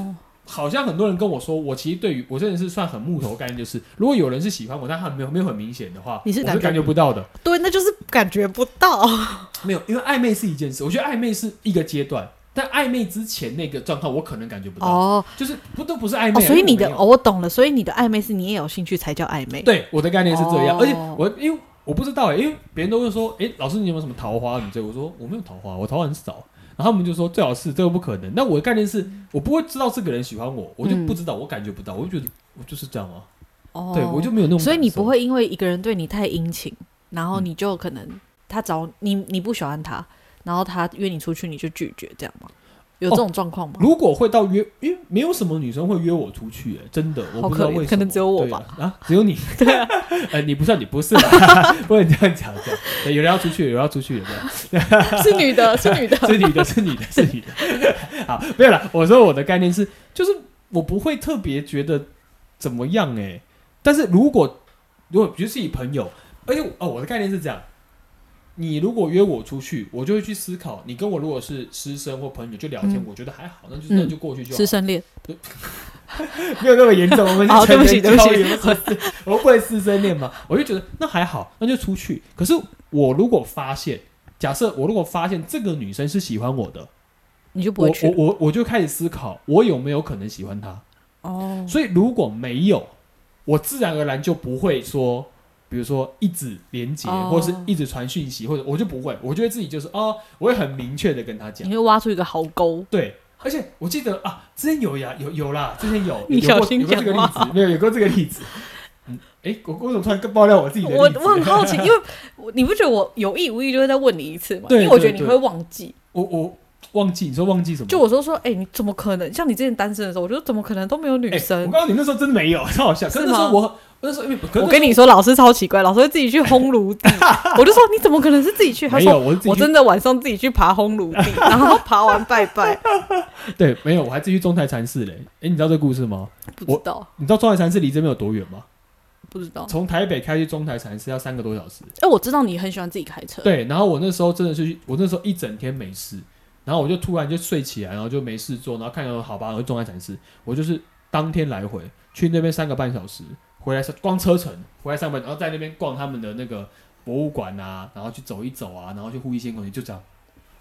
好像很多人跟我说，我其实对于我真的是算很木头概念，就是如果有人是喜欢我，但他没有没有很明显的话，你是我感是觉感觉不到的。对，那就是感觉不到。没有，因为暧昧是一件事，我觉得暧昧是一个阶段，但暧昧之前那个状况我可能感觉不到，哦就是不都不是暧昧啊、哦，所以你因为我的没有哦，我懂了，所以你的暧昧是你也有兴趣才叫暧昧。对我的概念是这样，哦而且我因为我不知道哎、因为别人都会说，哎、老师你有没有什么桃花？你这我说我没有桃花，我桃花很少。然后他们就说最好是这个不可能。那我的概念是我不会知道这个人喜欢我，我就嗯不知道，我感觉不到，我就觉得我就是这样啊，哦，对我就没有那种感受。嗯所以你不会因为一个人对你太殷勤，然后你就可能他找你，你不喜欢他，然后他约你出去，你就拒绝，这样吗？有哦这种状况吗？ [LAUGHS] 如果会到约，因为没有什么女生会约我出去、欸，真的，我不知道好可怜为什么，可能只有我对吧啊，啊，[LAUGHS] 只有你，对、呃，你不算，你不是啦， [LAUGHS] 不能这样讲，这样，对有人要出去，有人要出去，有没 [LAUGHS] 有？是女 [LAUGHS] 的，是女的是你的，是你的， [LAUGHS] 是你的，好，没有啦，我说我的概念是，就是我不会特别觉得怎么样、欸，但是如果如果比如是以朋友，而且我哦，我的概念是这样。你如果约我出去，我就会去思考。你跟我如果是师生或朋友就聊天，嗯我觉得还好，那就嗯那就过去就好。师生恋。没有那么严 [LAUGHS] 重，我们好哦是成人对不起教育，不是我不会师生恋嘛， [LAUGHS] 我就觉得那还好，那就出去。可是我如果发现，假设我如果发现这个女生是喜欢我的，你就不我会我去我我就开始思考，我有没有可能喜欢她？哦所以如果没有，我自然而然就不会说，比如说一直连接，哦或是一直传讯息，或者我就不会，我就会自己就是哦，我会很明确的跟她讲你。会挖出一个壕沟，对，而且我记得啊，之前有呀，有有啦，之前有， [LAUGHS] 你有小过心有过讲这个例话子，没有有过这个例子。嗯，哎，我我怎么突然更爆料我自己的例我子？啊我很好奇，因为我你不觉得我有意无意就会再问你一次吗？因对为我觉得你对会忘记。 [LAUGHS] 我我忘记你说忘记什么？就我说说，哎、你怎么可能？像你之前单身的时候，我觉得怎么可能都没有女诶生我？告诉你那时候真的没有， [LAUGHS] 超好笑。可是是那时候吗我哎我那时候因为可我是跟你说，老师超奇怪，老师会自己去烘炉 [LAUGHS] 地。我就说你怎么可能是自己去？他没说有，我是自己我去真的晚上自己去爬烘炉 [LAUGHS] 地，然后爬完拜拜。对没有，我还自己去中台禅寺嘞。哎，你知道这故事吗？不知道，你知道中台禅寺离这边有多远吗？不知道。从台北开去中台禅寺要三个多小时。哎、我知道你很喜欢自己开车。对，然后我那时候真的是去，我那时候一整天没事，然后我就突然就睡起来，然后就没事做，然后看到好吧，我就中在禅寺，我就是当天来回去那边三个半小时，回来上光车程，回来上班，然后在那边逛他们的那个博物馆啊，然后去走一走啊，然后去呼吸新鲜空气，就这样。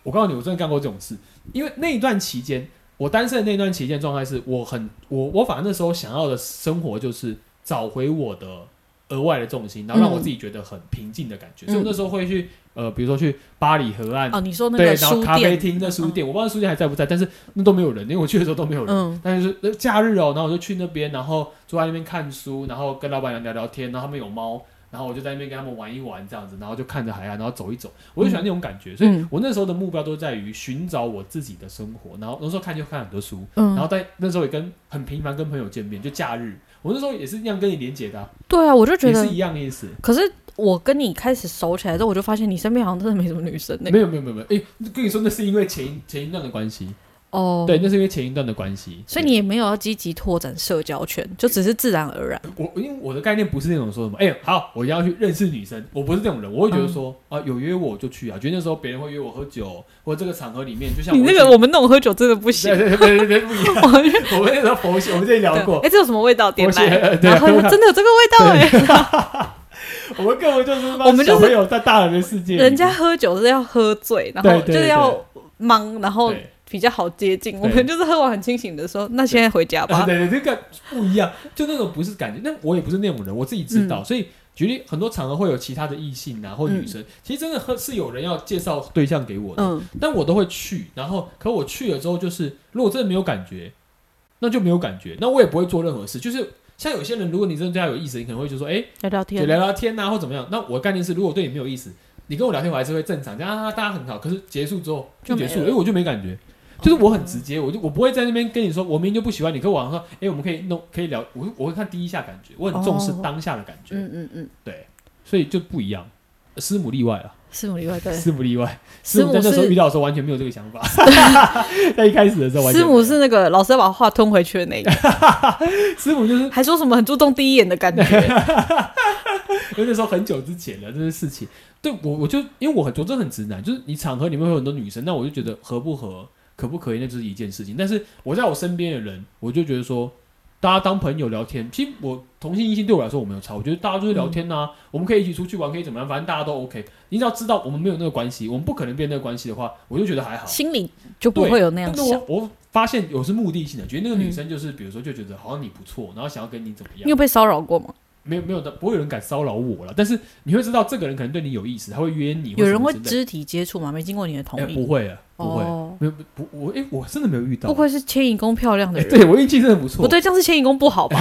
我告诉你，我真的干过这种事，因为那一段期间，我单身的那段期间状态是我很我我反正那时候想要的生活就是找回我的额外的重心，然后让我自己觉得很平静的感觉，嗯所以我那时候会去呃，比如说去巴黎河岸，哦，你说那对，个然后书咖啡店，厅那书店，我不知道书店还在不在，但是那都没有人，因为我去的时候都没有人。嗯，但是呃假日哦，然后我就去那边，然后坐在那边看书，然后跟老板娘聊聊天，然后他们有猫，然后我就在那边跟他们玩一玩这样子，然后就看着海岸，然后走一走，我就喜欢那种感觉，所以嗯我那时候的目标都在于寻找我自己的生活，然后那时候看就看很多书，嗯，然后在那时候也跟很频繁跟朋友见面，就假日，我那时候也是一样跟你连结的啊、对啊，我就觉也得是，一样的意思。可是我跟你开始熟起来之后，我就发现你身边好像真的没什么女生呢、没有没有没有没有，哎、跟你说那是因为前一前一段的关系，哦，对，，那是因为前一段的关系。所以你也没有要积极拓展社交圈，就只是自然而然。我因为我的概念不是那种说什么，哎、好，我一定要去认识女生，我不是这种人，我会觉得嗯说、啊，有约我就去啊。觉得那时候别人会约我喝酒，或者这个场合里面，就像你我那去个我们那种喝酒真的不对行，对对对对不一样。 [LAUGHS] 我们我们那时候佛系，我们之前聊对过，哎，这有什么味道？点佛系来，呃对然后他说真的有这个味道哎、我们根本就是我们就是小朋友在大人的世界里面，人家喝酒是要喝醉，然后对对就是要忙，然后对比较好接近。我对们就是喝完很清醒的说，那现在回家啊，哦吧。对对，这个不一样，就那种不是感觉，那我也不是那种人，我自己知嗯道，所以举例很多场合会有其他的异性啊或女生，其实真的喝是有人要介绍对象给我的，嗯，但我都会去，然后可我去了之后，就是如果真的没有感觉，那就没有感觉，那我也不会做任何事，就是。像有些人，如果你真的对他有意思，你可能会就说，哎、聊聊天就，聊聊天啊，或怎么样。那我的概念是，如果对你没有意思，你跟我聊天，我还是会正常，这样啊，大家很好。可是结束之后就就结没束了，了因为我就没感觉，就是我很直接，我就我不会在那边跟你说，哦哎我明明就不喜欢你，可我好像说，哎、我们可以弄，可以聊，我我会看第一下感觉，我很重视哦当下的感觉，嗯嗯嗯，对，所以就不一样。师母例外啊，师母例外对，师母例外，师师母母在那时候遇是到的时候完全没有这个想法， [LAUGHS] 在一开始的时候完全师没有母是那个老师要把话吞回去的那个，师母就是还说什么很注重第一眼的感觉。因为那时候很久之前了，这些事情。对我，我就因为我很我真的很直男，就是你场合里面会有很多女生，那我就觉得合不合、可不可以，那就是一件事情。但是我在我身边的人，我就觉得说，大家当朋友聊天，其实我同性异性对我来说我没有差，我觉得大家就是嗯聊天呐、我们可以一起出去玩，可以怎么样，反正大家都 OK。你只要知道我们没有那个关系，我们不可能变那个关系的话，我就觉得还好。心里就不会有那样但是想我，我发现有是目的性的，觉得那个女嗯生就是，比如说就觉得好像你不错，然后想要跟你怎么样你有，被骚扰过吗？没有没有的，不会有人敢骚扰我了。但是你会知道这个人可能对你有意思，他会约你，有人会知肢体接触吗？没经过你的同哎、意？不会啊，不会，哦，没有不不我哎、我真的没有遇到，不愧是迁移宫漂亮的哎人。对我运气真的不错，不对，这样是迁移宫不好吧？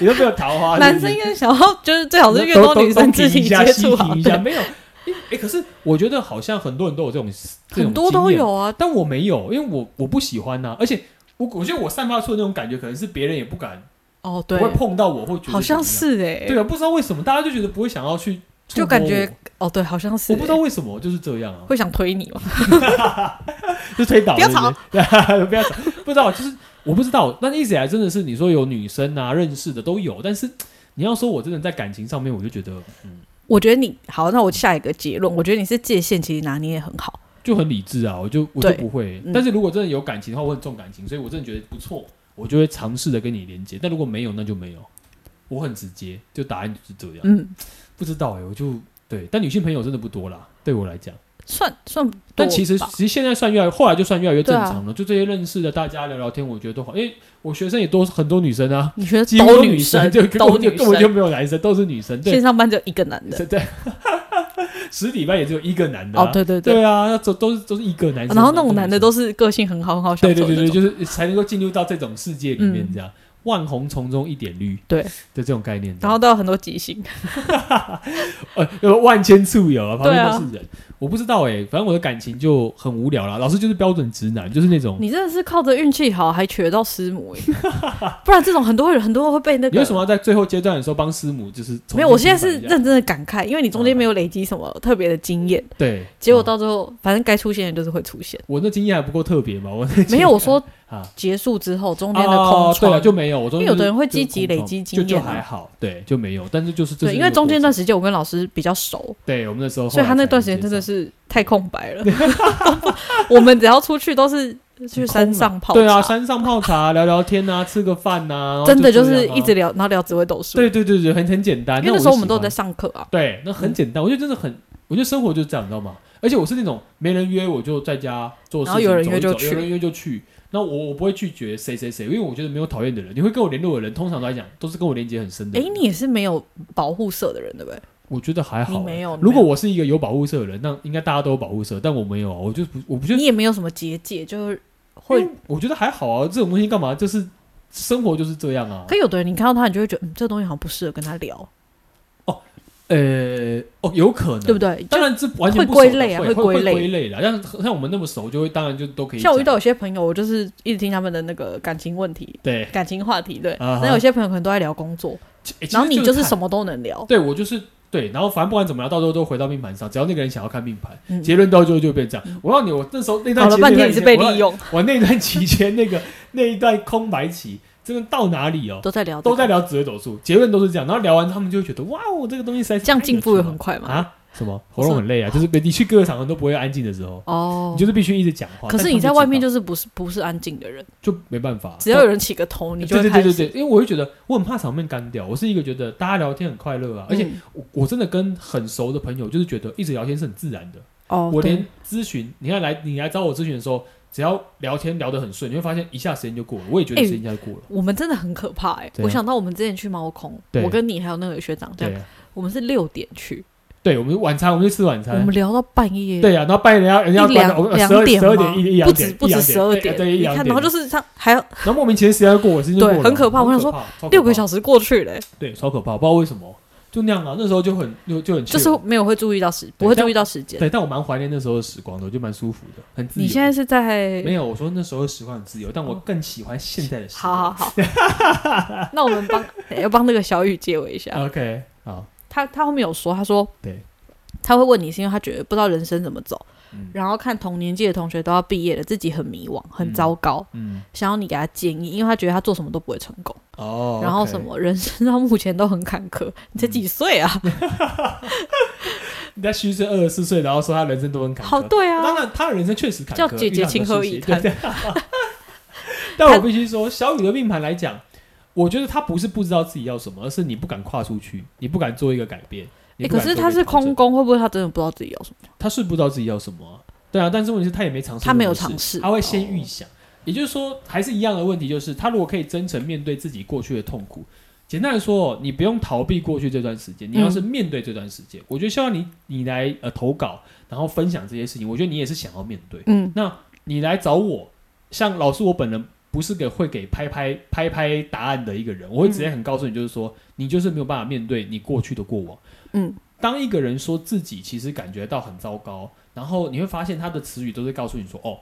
你都没有桃花，男生应该想要，就是最好是越多女生肢体接触好好一。下，没有。哎、哎可是我觉得好像很多人都有 [LAUGHS] 这种，这种很多经都验有啊，但我没有，因为我我不喜欢呐、啊而且我我觉得我散发出的那种感觉，可能是别人也不敢，哦，不对会，碰到我，会觉得好像怎么样是哎、对啊，不知道为什么大家就觉得不会想要去触摸我，就感觉哦，对，好像是、我不知道为什么就是这样啊，会想推你哦吗？就推倒不要对对 [LAUGHS] 不要吵，不知道就是我不知道，那一直以来真的是你说有女生啊认识的都有，但是你要说我真的在感情上面，我就觉得嗯我觉得你好，那我下一个结论，我觉得你是界限其实拿捏得很好。就很理智啊，我就我就对不会嗯，但是如果真的有感情的话，我很重感情，所以我真的觉得不错，我就会尝试的跟你连接，但如果没有那就没有，我很直接，就答案就是这样，嗯，不知道哎、我就对，但女性朋友真的不多啦，对我来讲。算算多吧，但其实其实现在算越来，后来就算越来越正对啊常了。就这些认识的，大家聊聊天，我觉得都好。因为我学生也都是很多女生啊，你觉几得乎都女生，就根都本就女根本就生，没有男生，都是女生。线对上班只有一个男的。对对，十礼拜也只有一个男的啊、哦，对对对对，啊，那都都是都是一个男生，然后那种男的都都是个性很好，很好是相女处生的对对那对种。对，就是才能够进入到这种世界里面嗯这样。万红丛中一点绿，对的这种概念这样，然后都有很多即兴，嗯呃，有万千处友啊，旁边对啊都是人。我不知道哎、反正我的感情就很无聊啦。老师就是标准直男，就是那种你真的是靠着运气好还娶得到师母 [LAUGHS] 哎不然这种很多人很多人会被那个。你为什么要在最后阶段的时候帮师母？就是重新没有，我现在是平反一下认真的感慨，因为你中间没有累积什么特别的经验，对，结果嗯到最后，反正该出现的就是会出现。我那经验还不够特别嘛，我 [LAUGHS] 那经没有，我说啊结束之后中间的空啊，对窗，啊，就没有。我中因为间有的人会就是积极空累窗积就经就验啊还好，对，就没有。但是就是这对，是因一为个中间那过程段时间我跟老师比较熟，对我们那时候后所来才以他那能接受，段时间真的是太空白 [LAUGHS] 了。我们只要出去都是去山上泡对啊，茶，山上泡茶、聊聊天啊，吃个饭呐，然后真的就就这是样啊一直聊，然后聊紫微斗数。对对对对，很很简单。因为那那时候我就们都有喜在欢上课啊，对，那很简单。我觉得真的很，我觉得生活就是这样，你知道吗？而且我是那种没人约我就在家做事然情，后有人约走一就走去有人约就去。那我我不会拒绝谁谁谁，因为我觉得没有讨厌的人。你会跟我联络的人，通常来讲都是跟我连接很深的哎人。，你也是没有保护色的人对不对？我觉得还好、欸你没有如你没果有我是一个有保护色的人，那应该大家都有保护色，但我没有啊，我就不，我不觉得你也没有什么结界，就是因会。为我觉得还好啊。这种东西干嘛？就是生活就是这样啊。可有的人你看到他，你就会觉得，嗯，这东西好像不适合跟他聊，呃，哦，有可能，对不对？当就然，这完全会不熟归的类啊会会会归类归类啦。像像我们那么熟，就会当然就都可以讲。像我遇到有些朋友，我就是一直听他们的那个感情问题、对，感情话题，对。啊哈那有些朋友可能都在聊工作，其诶其实然后你就是看什么都能聊，对我就是对，然后反正不管怎么样，到时候都回到命盘上。只要那个人想要看命盘，嗯结论到最后就变这样。我让你，我那时候那段搞了期半那天段你是期被我利用，我那段期间那个那一段空白期，真的到哪里哦，都在聊这个，都在聊紫微斗数，结论都是这样。然后聊完，他们就会觉得哇哦，这个东西实在是这样太进有步趣也了很快嘛。啊。什么喉咙很累啊，就是你去各个场合都不会安静的时候，哦你，就是必须一直讲话。可但是他你们在外面知道就是不是不是安静的人，就没办法，只要有人起个头，你就对会对开对始。对对，因为我会觉得我很怕场面干掉，我是一个觉得大家聊天很快乐啊，而且嗯我我真的跟很熟的朋友，就是觉得一直聊天是很自然的。哦，我对连咨询，你看来你来找我咨询的时候，只要聊天聊得很顺，你会发现一下时间就过了。我也觉得哎时间一下就过了。我们真的很可怕哎！怎样我想到我们之前去猫空，啊对我跟你还有那个学长这对样，啊，我们是六点去，对我们晚餐，我们去吃晚我餐们。聊到半夜，对啊，然后半夜人家人家一关了，我两两们十二点十二吗点一一？两不止点，不一止两十二对对一你两看，点。然后就是他还要然后莫名其妙时间就过了，时间就对过了很可怕我想说说六个小时，时过去嘞，对，超可怕，不知道为什么就那样啊。那时候就很就就很就是 chill 没有会注意到时，不会注意到时间。对，但我蛮怀念那时候的时光的，我觉得蛮舒服的，很自由。你现在是在没有？我说那时候的时光很自由，但我更喜欢现在的时光。好好 [LAUGHS] 好，那我们帮哎要帮那个小雨结尾一下。 OK，好，他他后面有说，他说嗯对，他会问你是因为他觉得不知道人生怎么走，嗯然后看同年纪的同学都要毕业了，自己很迷惘，很嗯糟糕，嗯，想要你给他建议，因为他觉得他做什么都不会成功。哦，嗯然后什？么人生到目前都很坎坷，你才几岁啊？人家虚岁二十四岁，然后说他人生都很坎坷。好，对啊，当然他的人生确实坎坷，叫姐姐情何以遇到很多事情对 [LAUGHS] 但我必须说，小雨的命盘来讲，我觉得他不是不知道自己要什么，而是你不敢跨出去，你不敢做一个改变。你欸不可敢是做一他个是调空，整宫，会不会他真的不知道自己要什么？他是不知道自己要什么啊、对啊，但是问题是他也没尝试，他没有尝试他会先预想。也就是说，还是一样的问题，就是他如果可以真诚面对自己过去的痛苦，简单来说，哦你不用逃避过去这段时间，你要是面对这段时间，我觉得希望你你来呃投稿，然后分享这些事情，我觉得你也是想要面对。嗯，你来找我，像老师我本人不是给会给拍拍拍拍答案的一个人，我会直接很告诉你，就是说、你就是没有办法面对你过去的过往。嗯，当一个人说自己其实感觉到很糟糕，然后你会发现他的词语都是告诉你说哦。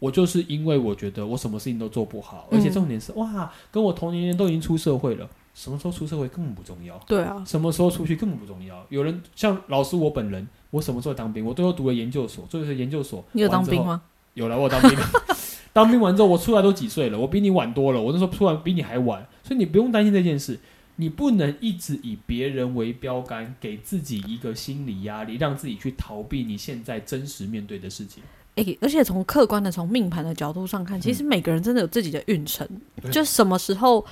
我就是因为我觉得我什么事情都做不好，而且嗯重点是、哇，跟我同年龄都已经出社会了，什么时候出社会根本不重要，对啊，什么时候出去根本不重要。有人像老师我本人，我什么时候当兵，我最后读了研究所，最后是研究所，你有完当之兵后吗？有来我当兵， [LAUGHS] 当兵完之后我出来都几岁了，我比你晚多了。我那时候出来比你还晚，所以你不用担心这件事。你不能一直以别人为标杆，给自己一个心理压力，让自己去逃避你现在真实面对的事情。哎、而且从客观的、从命盘的角度上看，其实每个人真的有自己的运程，嗯对就什么时候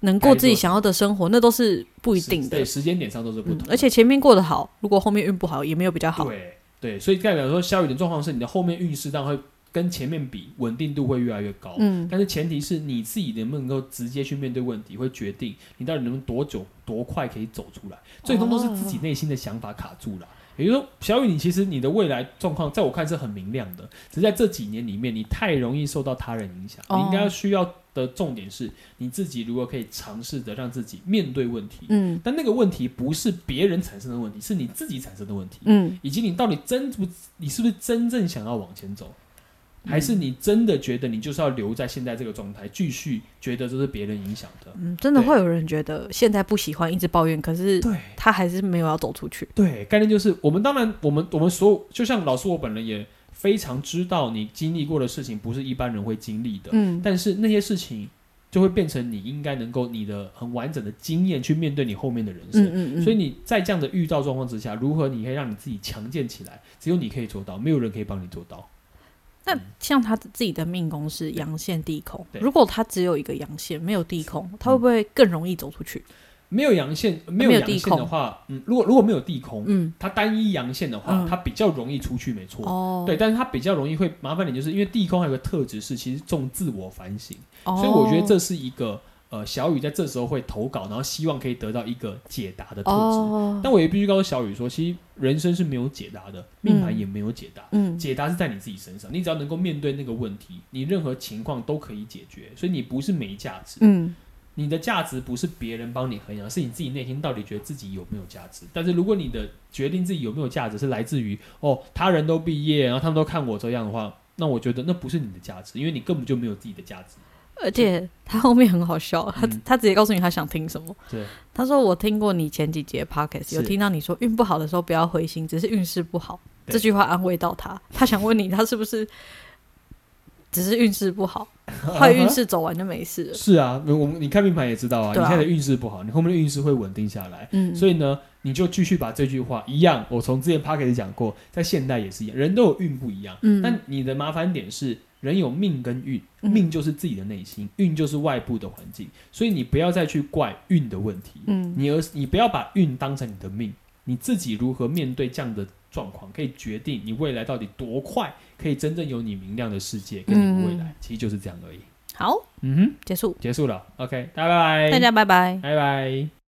能过自己想要的生活，那都是不一时定的对。时间点上都是不嗯同的、，而且前面过得好，如果后面运不好，也没有比较好。对对，所以代表说下雨的状况是你的后面运势当然会跟前面比稳定度会越来越高。嗯，但是前提是你自己能不能够直接去面对问题，会决定你到底能不能多久、多快可以走出来。最终都是自己内心的想法卡住了。也就是说，小雨，你其实你的未来状况，在我看是很明亮的，只是在这几年里面，你太容易受到他人影响。哦你应该要需要的重点是，你自己如果可以尝试的让自己面对问题，嗯但那个问题不是别人产生的问题，是你自己产生的问题。嗯，以及你到底真不，你是不是真正想要往前走，还嗯是你真的觉得你就是要留在现在这个状态，继续觉得这是别人影响的？嗯，真的对会有人觉得现在不喜欢，一直抱怨，可是对他还是没有要走出去。对，概念就是我们当然，我们我们所有，就像老师我本人也非常知道你经历过的事情不是一般人会经历的，嗯，但是那些事情就会变成你应该能够你的很完整的经验去面对你后面的人生。嗯嗯嗯，所以你在这样的遇到状况之下，如何你可以让你自己强健起来？只有你可以做到，没有人可以帮你做到。那像他自己的命宫是阳线地空，对如果他只有一个阳线，没有地空，他会不会更容易走出去？没有阳线，没哦有没有阳地线的空话，嗯，如果如果没有地空，嗯，它单一阳线的话，嗯它比较容易出去，没错。哦，对，但是它比较容易会麻烦你，就是因为地空还有个特质是，其实重自我反省，哦，所以我觉得这是一个呃小雨在这时候会投稿，然后希望可以得到一个解答的特质。哦，但我也必须告诉小雨说，其实人生是没有解答的，命盘也没有解答，嗯解答是在你自己身上。你只要能够面对那个问题，你任何情况都可以解决，所以你不是没价值。嗯你的价值不是别人帮你衡量，是你自己内心到底觉得自己有没有价值。但是如果你的决定自己有没有价值是来自于哦，他人都毕业，然后他们都看我这样的话，那我觉得那不是你的价值，因为你根本就没有自己的价值。而且他后面很好笑，他嗯他直接告诉你他想听什么。对，他说：“我听过你前几节 podcast，是有听到你说运不好的时候不要灰心，只是运势不好。”对这句话安慰到他，他想问你，他是不是只是运势不 [LAUGHS] 好，坏运势走完就没事了？是啊，我们你看命盘也知道啊，你对啊现在的运势不好，你后面的运势会稳定下来。嗯，所以呢，你就继续把这句话一样，我从之前 p a c k e 讲过，在现代也是一样，人都有运不一样。嗯但你的麻烦点是，人有命跟运，嗯命就是自己的内心，运就是外部的环境，所以你不要再去怪运的问题，嗯你而你不要把运当成你的命，你自己如何面对这样的状况，可以决定你未来到底多快可以真正有你明亮的世界跟你的未来，其实就是这样而已。好，嗯哼，结束，结束了，OK，大家拜拜，大家拜拜。拜拜。